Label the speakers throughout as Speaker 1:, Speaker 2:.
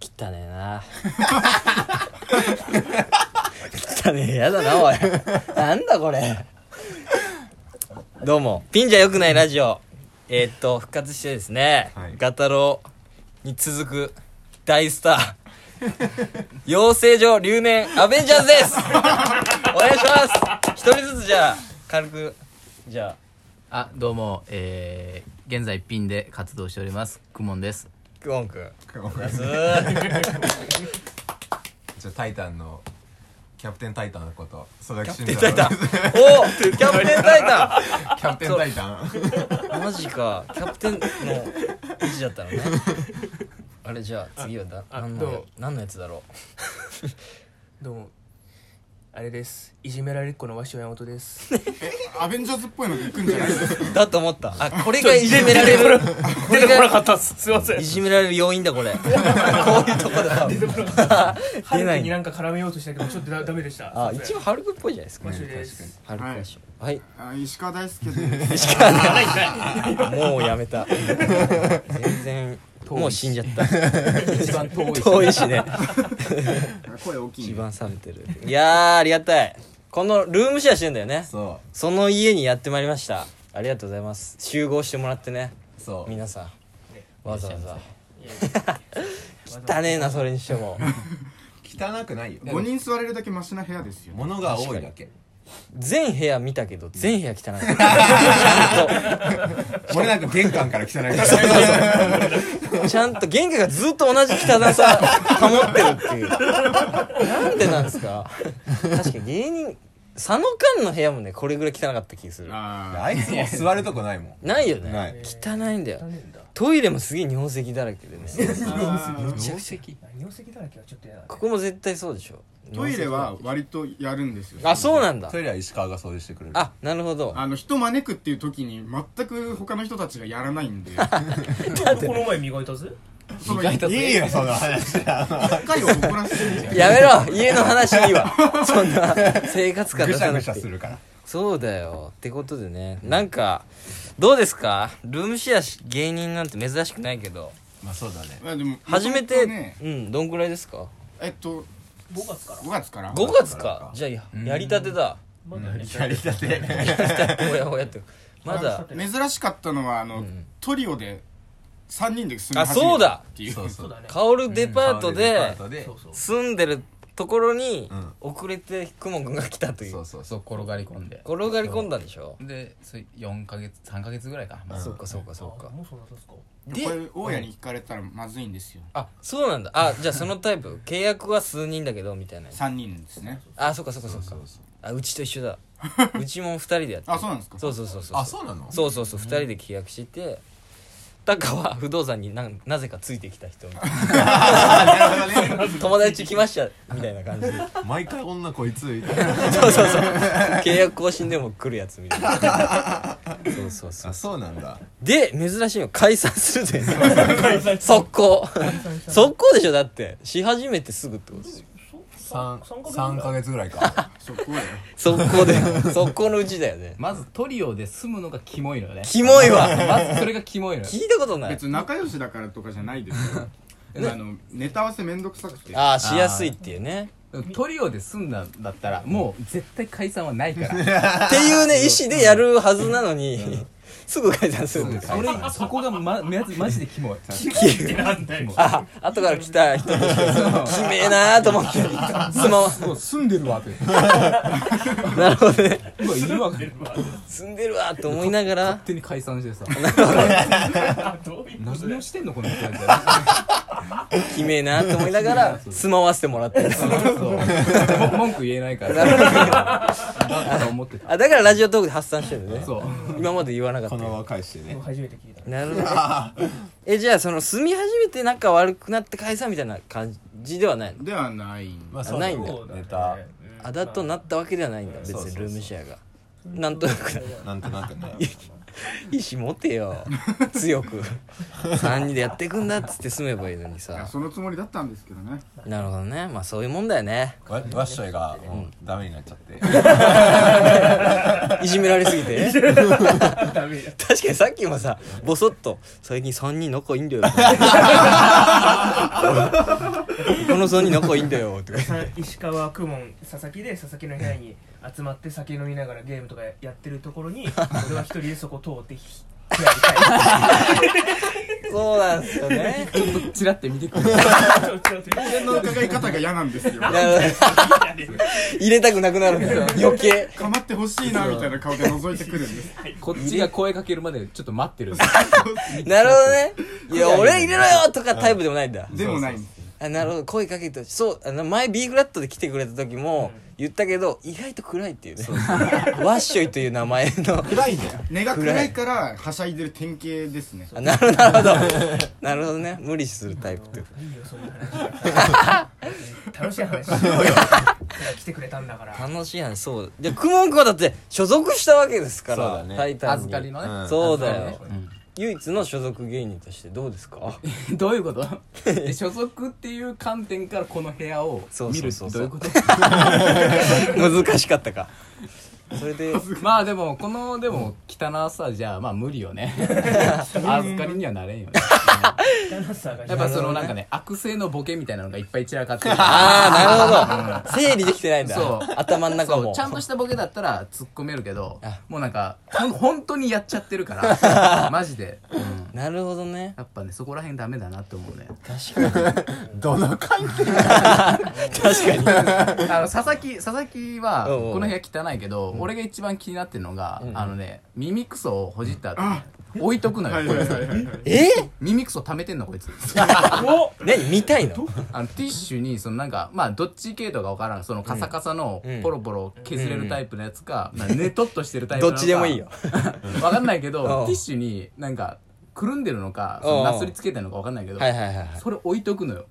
Speaker 1: 汚ねえな汚ねえやだなおいなんだこれどうもピンじゃよくないラジオえーっと復活してですね、
Speaker 2: はい
Speaker 1: ガタロウに続く大スター養成所留年アベンジャーズですお願いします一人ずつじゃあ軽くじゃあ
Speaker 3: あどうも、えー、現在ピンで活動しておりますクモンです
Speaker 1: クオ ン君
Speaker 2: じゃあタイタンのキャプテンタイタンのこと佐々木俊
Speaker 1: タイタン
Speaker 2: 太郎
Speaker 1: おーキャプテンタイタン
Speaker 2: キャプテンタイタン
Speaker 1: マジかキャプテンの維持だったのねあれじゃあ次はだ何のや
Speaker 4: ど
Speaker 1: 何のやつだろ
Speaker 4: どうもあれですいじめられっ子の鷲尾山本です
Speaker 5: アベンジャーズっぽいの行くんじゃないですか
Speaker 1: うだと思ったあこれがいじめられるこれ
Speaker 4: 来なか
Speaker 1: が
Speaker 4: ったっすすいません
Speaker 1: いじめられる要因だこれこういうとこだ
Speaker 4: 春
Speaker 1: な
Speaker 4: 樹
Speaker 1: い
Speaker 4: になんか絡めようとしたけどちょっとダダメでした
Speaker 1: あ
Speaker 4: すいませ
Speaker 1: 一
Speaker 4: ん
Speaker 1: 応ハルクっぽいじゃないですか
Speaker 4: 鷲尾です
Speaker 1: ハルクでしょはい
Speaker 5: あ石川大輔です
Speaker 1: しかないもうやめた全然もう死んじゃった
Speaker 3: 一番遠い
Speaker 1: 遠いしね
Speaker 5: 声大きい
Speaker 1: 一
Speaker 5: ね
Speaker 1: 番冷めてるいやーありがたいこのルームシェアしてんだよね
Speaker 2: そ
Speaker 1: その家にやってまいりましたありがとうございます集合してもらってね
Speaker 2: うそう
Speaker 1: 皆さんわざわざ
Speaker 4: いや
Speaker 1: 汚ねえなそれにしても
Speaker 2: 汚くないよ
Speaker 5: 5人座れるだけマシな部屋ですよ
Speaker 2: 物が多いだけ
Speaker 1: 全部屋見たけど全部屋汚い ちゃ
Speaker 2: 俺なんか玄関から汚いから
Speaker 1: ん とちゃんと玄関がずっと同じ汚さ 保ってるっていうなんでなんですか確かに芸人佐野間の部屋もねこれぐらい汚かった気がする
Speaker 5: あ
Speaker 2: あいつも座るとこないもん
Speaker 1: ないよね
Speaker 2: ない
Speaker 1: 汚いんだよ
Speaker 4: 残念だ
Speaker 1: トイレもすげえ尿石だらけでね
Speaker 5: あ
Speaker 1: めちゃくちゃ
Speaker 4: 尿石だらけはちょっと嫌だね
Speaker 1: ここも絶対そうでしょ
Speaker 5: トイレは割とやるんですよ
Speaker 1: あそうなんだ
Speaker 2: トイレは石川が掃除してくれる
Speaker 1: あなるほど
Speaker 5: あの人招くっていう時に全く他の人たちがやらな いんで
Speaker 4: この前磨いた ぜ
Speaker 5: その
Speaker 2: いいよその話
Speaker 5: 一回を怒らせる
Speaker 1: やめろ家の話いいわ そんな生活感
Speaker 2: ぐ
Speaker 1: 出
Speaker 2: し
Speaker 1: さ
Speaker 2: ゃ
Speaker 1: な
Speaker 2: ぐ
Speaker 1: く
Speaker 2: しゃす
Speaker 1: て
Speaker 2: るから
Speaker 1: そうだよってことでねなんかどうですかルームシェアし芸人なんて珍しくないけど
Speaker 2: まあそうだね
Speaker 5: まあでも
Speaker 1: 初め
Speaker 5: 元
Speaker 1: て、
Speaker 5: 々ね
Speaker 1: うんどんぐらいですか
Speaker 5: えっと
Speaker 4: 5月から
Speaker 5: 5月から
Speaker 1: 5月かじゃあややりたてだ
Speaker 4: まだね
Speaker 2: やりたて
Speaker 1: おやおやってまだ
Speaker 5: 珍しかったのはあの、トリオで3人で住み
Speaker 1: あ
Speaker 5: 始め
Speaker 1: そう
Speaker 5: た
Speaker 1: だ
Speaker 5: っていう
Speaker 2: そう
Speaker 4: そ
Speaker 2: そうう
Speaker 4: だね
Speaker 1: 香るデパートで
Speaker 2: そ
Speaker 4: そううそう
Speaker 1: 住んでるところに
Speaker 2: うん
Speaker 1: 遅れてくもくんが来たとい
Speaker 2: そう
Speaker 1: う
Speaker 2: そう
Speaker 3: そう転がり込んで
Speaker 1: 転がり込んだんでしょ
Speaker 3: でそれ4ヶ月3ヶ月ぐらいか、まあ
Speaker 1: そうかそうかそうか
Speaker 4: あもうそんなそうっすか
Speaker 1: で
Speaker 5: これ大家に聞かれたらまずいんですよ
Speaker 1: あそうなんだあじゃあそのタイプ契約は数人だけどみたいな
Speaker 5: 3人ですね
Speaker 1: あそっかそっかそっかあうちと一緒だうちも二人でやってる
Speaker 5: あそうなんですか
Speaker 1: そうそうそうそう
Speaker 2: あそうなの
Speaker 1: そうそうそう二人で契約しててタカは不動産になんなぜかついてきた人 みたいな友達来ましたみたいな感 じで
Speaker 2: 毎回女こいつ みたいな
Speaker 1: そうそうそう契約更新でも来るやつみたいな そうそうそう
Speaker 2: あそうなんだ
Speaker 1: で珍しいの解散する というね速攻速攻でしょだってし始めてすぐってことですよ
Speaker 2: 三
Speaker 4: 三ヶ月ぐらい
Speaker 2: 三ヶ月ぐらいか
Speaker 5: そこだよ
Speaker 1: 速攻で 速攻のうちだよね
Speaker 3: まずトリオで住むのがキモいのよね
Speaker 1: キモいわ
Speaker 3: まずそれがキモいのよ
Speaker 1: 聞いたことない
Speaker 5: 別に仲良しだからとかじゃないです よあのネタ合わせめんどくさくて
Speaker 1: ああしやすいっていうね
Speaker 3: トリオで住んだんだったらもう絶対解散はないから
Speaker 1: っていうね意思でやるはずなのに、 すぐ解散するんです
Speaker 3: それそこがままずマジでキモい
Speaker 4: なんだよ
Speaker 1: あ後から来た人としてきめえなーと思ってスマホ
Speaker 3: もう住んでるわって
Speaker 1: なるほどね
Speaker 3: 今いるわ 勝
Speaker 1: 住んでるわーと思いながら
Speaker 3: 手に解散してさ
Speaker 4: どういうことだ
Speaker 3: 何
Speaker 4: よ
Speaker 3: をしてんのこの人みたい
Speaker 1: きめえなーと思いながら住まわせてもらってる
Speaker 3: な 文句言えないからなんか思ってた
Speaker 1: あだからラジオトークで発散してるね
Speaker 3: そう
Speaker 1: 今まで言わなかった
Speaker 2: このまま返してね
Speaker 4: 初めて聞いた
Speaker 1: なるほどねえじゃあその住み始めて仲悪くなって解散みたいな感じではないの
Speaker 5: ではない
Speaker 2: まあ
Speaker 1: あないんだ
Speaker 2: そうだねネタ
Speaker 1: あだとなったわけではないんだ別
Speaker 2: そうそう
Speaker 1: に
Speaker 2: そう
Speaker 1: ルームシェアがなんとなく
Speaker 2: なんとなくね
Speaker 1: 意志持てよ強く3人でやっていくんだっつって住めばいいのに
Speaker 5: いや
Speaker 1: さ
Speaker 5: そのつもりだったんですけど ね
Speaker 1: なるほどねまあそういうもんだよね
Speaker 2: わわっしょいがもうダメになっちゃって
Speaker 1: いじめられすぎて確
Speaker 4: ダメだ
Speaker 1: かにさっきもさボソッと「最近3人仲いいんだよ」 この3人仲いいんだよ」とか
Speaker 4: さ石川公文佐々木で佐々木の部屋に集まって酒飲みながらゲームとかやってるところに俺は一人でそこ通ってひ部屋に
Speaker 1: そうなんですよね
Speaker 6: ちょっとチラって見てくる。
Speaker 4: 帰るちょっと待って
Speaker 5: の伺い方が嫌なん ですよ
Speaker 1: だから入れたくなくなるんですよ余計
Speaker 5: かまってほしいなみたいな顔が覗いてくるんです
Speaker 6: こっちが声かけるまでちょっと待ってる。
Speaker 1: なるほどねいや俺入れろよとかタイプでもないんだ
Speaker 5: でもないんです
Speaker 1: あなるほど声かけてそうあの前 B フラットで来てくれた時も言ったけど意外と暗いっていうねワッショイという名前の
Speaker 2: 暗いんだよ
Speaker 5: 根が暗いからはしゃいでる典型ですね
Speaker 1: あなるほどなるほど なるほどね無理するタイプっていう
Speaker 4: いいよそういう話楽しい話しようよ来てくれたんだから
Speaker 1: 楽しい話そうじゃあクモン君はだって所属したわけですか
Speaker 2: そう
Speaker 1: ら、
Speaker 2: だね
Speaker 1: タイタンに
Speaker 6: 預かりのね。
Speaker 1: そうだよ
Speaker 6: 預かりのね
Speaker 1: 唯一の所属芸人としてどうですか
Speaker 6: うん どういうこと で所属っていう観点からこの部屋を
Speaker 1: そう
Speaker 6: 見
Speaker 1: そうそ
Speaker 6: るって
Speaker 1: う
Speaker 6: ど
Speaker 1: そう
Speaker 6: ういうこ と
Speaker 1: 難しかったかそれで
Speaker 6: まあでも、この、でも、汚さじゃ、まあ無理 よね。預かりにはなれんよね。
Speaker 4: ダンサーが
Speaker 6: やっぱそのなんかね、悪性のボケみたいなのがいっぱい散らかってる。
Speaker 1: ああなるほど整理できてないんだ
Speaker 6: そう
Speaker 1: 頭の中
Speaker 6: そ
Speaker 1: も
Speaker 6: うちゃんとしたボケだったら突っ込めるけどもうな んかほん本当にやっちゃってるからマジで、うん
Speaker 1: なるほどね
Speaker 6: やっぱねそこら辺ダメだなって思うね
Speaker 2: どの感じ
Speaker 1: 確かに
Speaker 6: あの佐々木佐々木は
Speaker 1: うんうん
Speaker 6: この部屋汚いけど、俺が一番気になってるのが、あのね耳くそをほじった後ね、置いとくのよ、
Speaker 5: はい
Speaker 6: こ
Speaker 5: はいい
Speaker 6: つ
Speaker 5: はいはい
Speaker 1: え
Speaker 6: 耳くそ溜めてんのこい つ
Speaker 1: 何見たいの
Speaker 6: あのティッシュにそのなんかまあどっち系統か分からんそのカサカサの
Speaker 1: うん
Speaker 6: ポロポロ削れるタイプのやつか、まあねとっとしてるタイプ
Speaker 1: どっ
Speaker 6: なのか
Speaker 1: ちでもいいよ
Speaker 6: わかんないけど、
Speaker 1: うん
Speaker 6: ティッシュになんか、くるんでるのか、
Speaker 1: うん
Speaker 6: そのなすりつけてるのかわかんないけど、
Speaker 1: はいはいはいは
Speaker 6: それ置いとくのよ。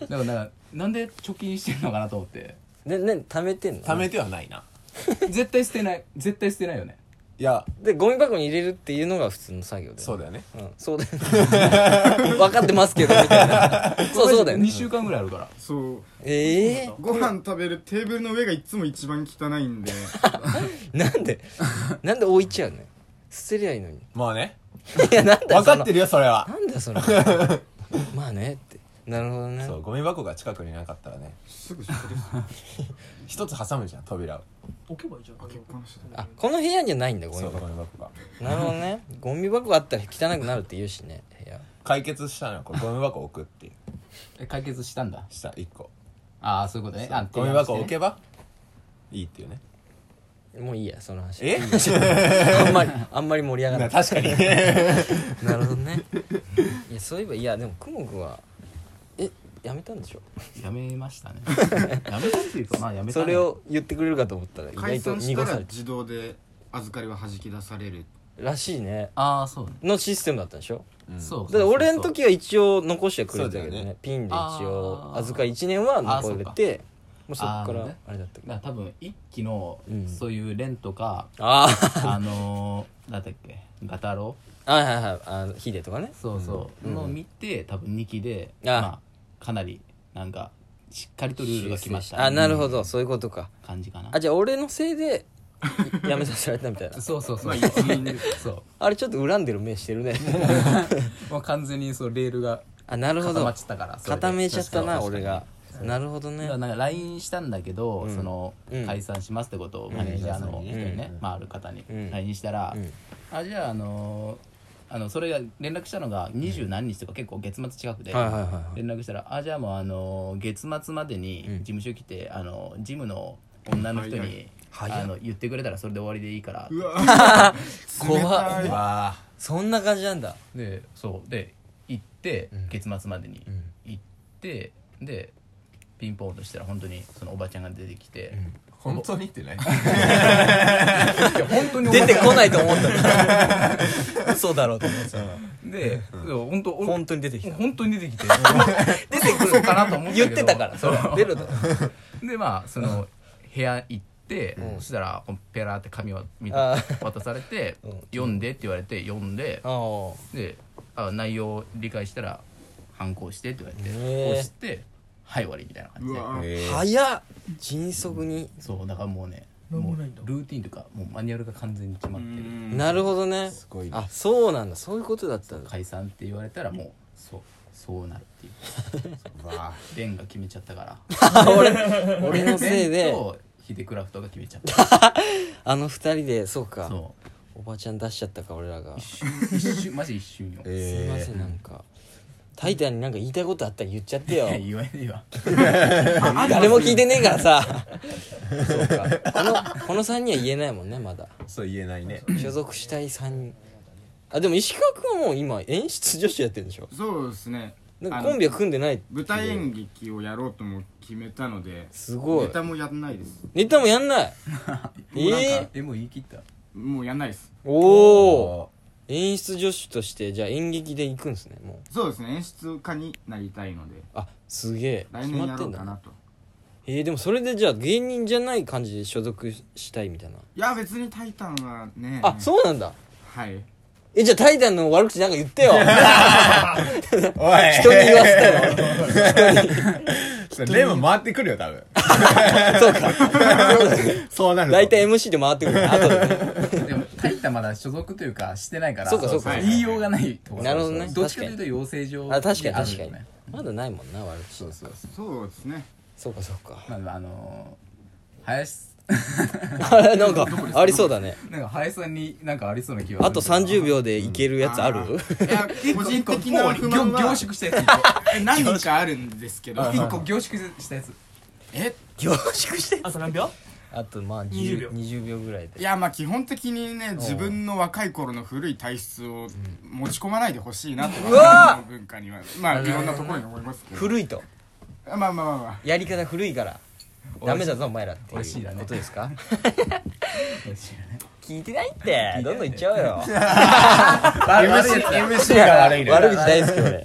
Speaker 6: だからなんか、なんで貯金してんのかなと思って。
Speaker 1: いでね貯めてんの
Speaker 2: 貯めてはないな
Speaker 6: 絶対捨てない。絶対捨てないよね。
Speaker 2: いや
Speaker 1: でゴミ箱に入れるっていうのが普通の作業で
Speaker 2: そうだよね
Speaker 1: うん、そうだよね分かってますけどみたいな そうそうだよね
Speaker 6: 2週間ぐらいあるから。
Speaker 5: そう
Speaker 1: ええ
Speaker 5: ご飯食べるテーブルの上がいつも一番汚い んで
Speaker 1: なんでなんで置いちゃうのよ捨てりゃいいのに
Speaker 2: まあね
Speaker 1: いやなんだよ
Speaker 2: 分かってるよそれは
Speaker 1: そのなんだよそれまあねってなるほどね
Speaker 2: そうゴミ箱が近くになかったらね
Speaker 5: すぐそこです
Speaker 2: 一つ挟むじゃん扉を
Speaker 4: 置けばいいじゃん
Speaker 5: 開けっぱなしだ
Speaker 1: あこの部屋にはないんだゴミ
Speaker 2: そう
Speaker 1: 箱
Speaker 2: ゴミ箱が
Speaker 1: なるほどねゴミ箱あったら汚くなるって言うしね部屋
Speaker 2: 解決したのよこれゴミ箱置くっていう
Speaker 6: え解決したんだ。
Speaker 2: した一個
Speaker 6: ああ、そういうことね。あ
Speaker 2: ゴミ箱置け
Speaker 6: ば。
Speaker 2: ばいいっていうね
Speaker 1: もういいやその話
Speaker 2: え
Speaker 1: あんまりあんまり盛り上がらない
Speaker 2: 確かに
Speaker 1: なるほどねいやそういえばいやでもくもくはえやめたんでしょ
Speaker 6: やめま したね。やめたっていうか、まあやめた、ね。
Speaker 1: それ。を言ってくれるかと思ったら意
Speaker 5: 解
Speaker 1: 外と
Speaker 5: 散し
Speaker 1: 濁
Speaker 5: た
Speaker 1: さ
Speaker 5: ら
Speaker 1: れて
Speaker 5: 自動で預かりは弾き出される
Speaker 1: らしいね
Speaker 6: ああ、そうね。
Speaker 1: のシステムだったでしょ
Speaker 6: そうそう
Speaker 1: だ
Speaker 6: そう
Speaker 1: って
Speaker 6: そう
Speaker 1: 俺の時は一応残してくれてたけどね
Speaker 2: そうだよね
Speaker 1: ピンで一応
Speaker 6: あー
Speaker 1: 預かり1年は残れてもうそ
Speaker 6: あ
Speaker 1: っ
Speaker 6: ー
Speaker 1: から
Speaker 6: なるほどね
Speaker 1: あれだったけ
Speaker 6: だか
Speaker 1: ど
Speaker 6: ら多分一期の
Speaker 1: うん
Speaker 6: そういうレンと か、
Speaker 1: あー
Speaker 6: あのー、なんだっけガタロウ
Speaker 1: あはいはいはいあのヒデとかね
Speaker 6: そうそう、のを見て多分2期で
Speaker 1: あ
Speaker 6: まあ、かなりなんかしっかりとルールが来ました
Speaker 1: あなる
Speaker 6: ど
Speaker 1: ほどそういうことか
Speaker 6: 感じかな
Speaker 1: あじゃあ俺のせいでい やめさせられたみたい な
Speaker 6: そうそうそう、
Speaker 5: まあ一員で
Speaker 6: そう
Speaker 1: あれちょっと恨んでる目して るね
Speaker 6: もう完全にそうレールが
Speaker 1: あなるほ
Speaker 6: 固ま
Speaker 1: ど
Speaker 6: っちゃったからそれで
Speaker 1: 固めちゃったな
Speaker 6: そうそう
Speaker 1: 俺がなるほど
Speaker 6: だ
Speaker 1: ね
Speaker 6: からなんか LINE したんだけど、その
Speaker 1: うん
Speaker 6: 解散しますってことをマネージャーの人にね、まあ、ある方に
Speaker 1: ん
Speaker 6: LINE したら、
Speaker 1: うん
Speaker 6: あじゃああのーあのそれが連絡したのが二十何日とか結構月末近くで
Speaker 1: はいはいはいは
Speaker 6: 連絡したら「あじゃあもうあのー月末までに事務所来て、あのージムの女の人にあの言ってくれたらそれで終わりでいいから」
Speaker 5: うわ
Speaker 1: 怖っ
Speaker 5: 冷たい
Speaker 2: わあ
Speaker 1: そんな感じなんだ
Speaker 6: でそうで行って、月末までに行ってでピンポンとしたら本当にそのおばちゃんが出てきて、
Speaker 2: 本当にって ない
Speaker 6: いや本当におばちゃ
Speaker 1: 出
Speaker 6: ん
Speaker 1: てこないと思ったの嘘だろうと思ってた
Speaker 6: で、そう本当俺
Speaker 1: 本当に出てきた
Speaker 6: 本当に出 てきて出てくるのかなと思ったけ
Speaker 1: 言
Speaker 6: ど
Speaker 1: ってたからそれ出るだろ
Speaker 6: でまあその部屋行って、そしたらこうペラーって紙を見て
Speaker 1: あ
Speaker 6: 渡されて、
Speaker 1: うん
Speaker 6: 読んでって言われて読んで
Speaker 1: あ
Speaker 6: であ内容を理解したら反抗してって言われて、
Speaker 1: へー
Speaker 6: 押してはい終わりみたいな感
Speaker 5: う
Speaker 6: じで
Speaker 5: わ
Speaker 1: あ 早っ迅速に
Speaker 6: そうだからもうね
Speaker 4: なんも
Speaker 6: もう
Speaker 4: ないんだ
Speaker 6: ルーティンというかもうマニュアルが完全に決まってる
Speaker 1: なるほどね
Speaker 2: ごいね
Speaker 1: あそうなんだそういうことだったんだ
Speaker 6: 解散って言われたらもうそうそうなるっていう
Speaker 5: うわ
Speaker 6: ベンが決めちゃったから
Speaker 1: 俺のせい
Speaker 6: ベン
Speaker 1: で
Speaker 6: とヒデクラフトが決めちゃった
Speaker 1: あの二人でそうか
Speaker 6: そ
Speaker 1: おばちゃん出しちゃったか俺らが
Speaker 6: う一瞬一瞬マジ一瞬よ、
Speaker 1: すいませんなんかタイタンになんか言いたいことあったら言っちゃってよ
Speaker 6: 言わねえわ
Speaker 1: 誰も聞いてねえからさ そうかこのこの3人は言えないもんねまだ
Speaker 2: そう言えないね
Speaker 1: 所属したい3人あでも石川君はもう今演出女子やってるんでしょ
Speaker 5: そうですね
Speaker 1: なんかコンビは組んでない
Speaker 5: あの舞台演劇をやろうとも決めたのです
Speaker 1: ごい
Speaker 5: ネタもやんないです
Speaker 1: ネタもやん ないえ
Speaker 6: もうなん
Speaker 1: ー
Speaker 6: か、えもう言い切った
Speaker 5: もうやんないです
Speaker 1: おお演出女子としてじゃあ演劇で行くんですねもう
Speaker 5: そうですね演出家になりたいので
Speaker 1: あすげえ
Speaker 5: 来
Speaker 1: 決
Speaker 5: 年
Speaker 1: ま
Speaker 5: や
Speaker 1: って
Speaker 5: ろ
Speaker 1: ん
Speaker 5: う
Speaker 1: だ
Speaker 5: か
Speaker 1: な
Speaker 5: なと
Speaker 1: えー、でもそれでじゃあ芸人じゃない感じで所属したいみたいない
Speaker 5: や別に「タイタン」はね
Speaker 1: あ
Speaker 5: う
Speaker 1: そうなんだ
Speaker 5: はい
Speaker 1: えじゃあタイタンの悪口なんか言って よ人に言わせ
Speaker 2: おい
Speaker 1: たよ
Speaker 2: それレモン回ってくるよ多分 そうかそうなると
Speaker 1: 大体 MC で回ってくる後でね
Speaker 6: でもタイタまだ所属というかしてないから
Speaker 1: そうかそうか
Speaker 6: はい言いようがないところ
Speaker 1: なるほどね
Speaker 6: どっちかというと養成所
Speaker 1: あ確かに
Speaker 6: 多分
Speaker 1: 確かに
Speaker 6: ね
Speaker 1: まだないもんな悪口
Speaker 6: そうそうそう
Speaker 5: そうですね
Speaker 1: そうかそうか
Speaker 6: まああのー林
Speaker 1: あれ なんかありそうだね
Speaker 6: なんか林さんになんかありそうな気が
Speaker 1: あと30秒でいけるやつある、
Speaker 5: いや結構個人的な不満
Speaker 6: 凝
Speaker 5: は
Speaker 6: 縮したやつ一個
Speaker 5: え何人かあるんですけど
Speaker 6: 一個凝縮したやつ
Speaker 5: え
Speaker 1: 凝縮して
Speaker 4: あと何秒
Speaker 1: あとまあ20
Speaker 4: 20秒
Speaker 1: 秒秒ぐらい
Speaker 5: い
Speaker 1: で
Speaker 5: やまあ基本的にね自分の若い頃の古い体質を持ち込まないでほしいなって
Speaker 1: わ
Speaker 5: の文化にはまあいろんなところに思いますけど
Speaker 1: 古いと
Speaker 5: まあまあまあまあ
Speaker 1: やり方古いからダメだぞお前らっていうことです か聞いてないって どんどん言っちゃおうよ
Speaker 2: MC, MC が悪いのよ
Speaker 1: 悪口大好き俺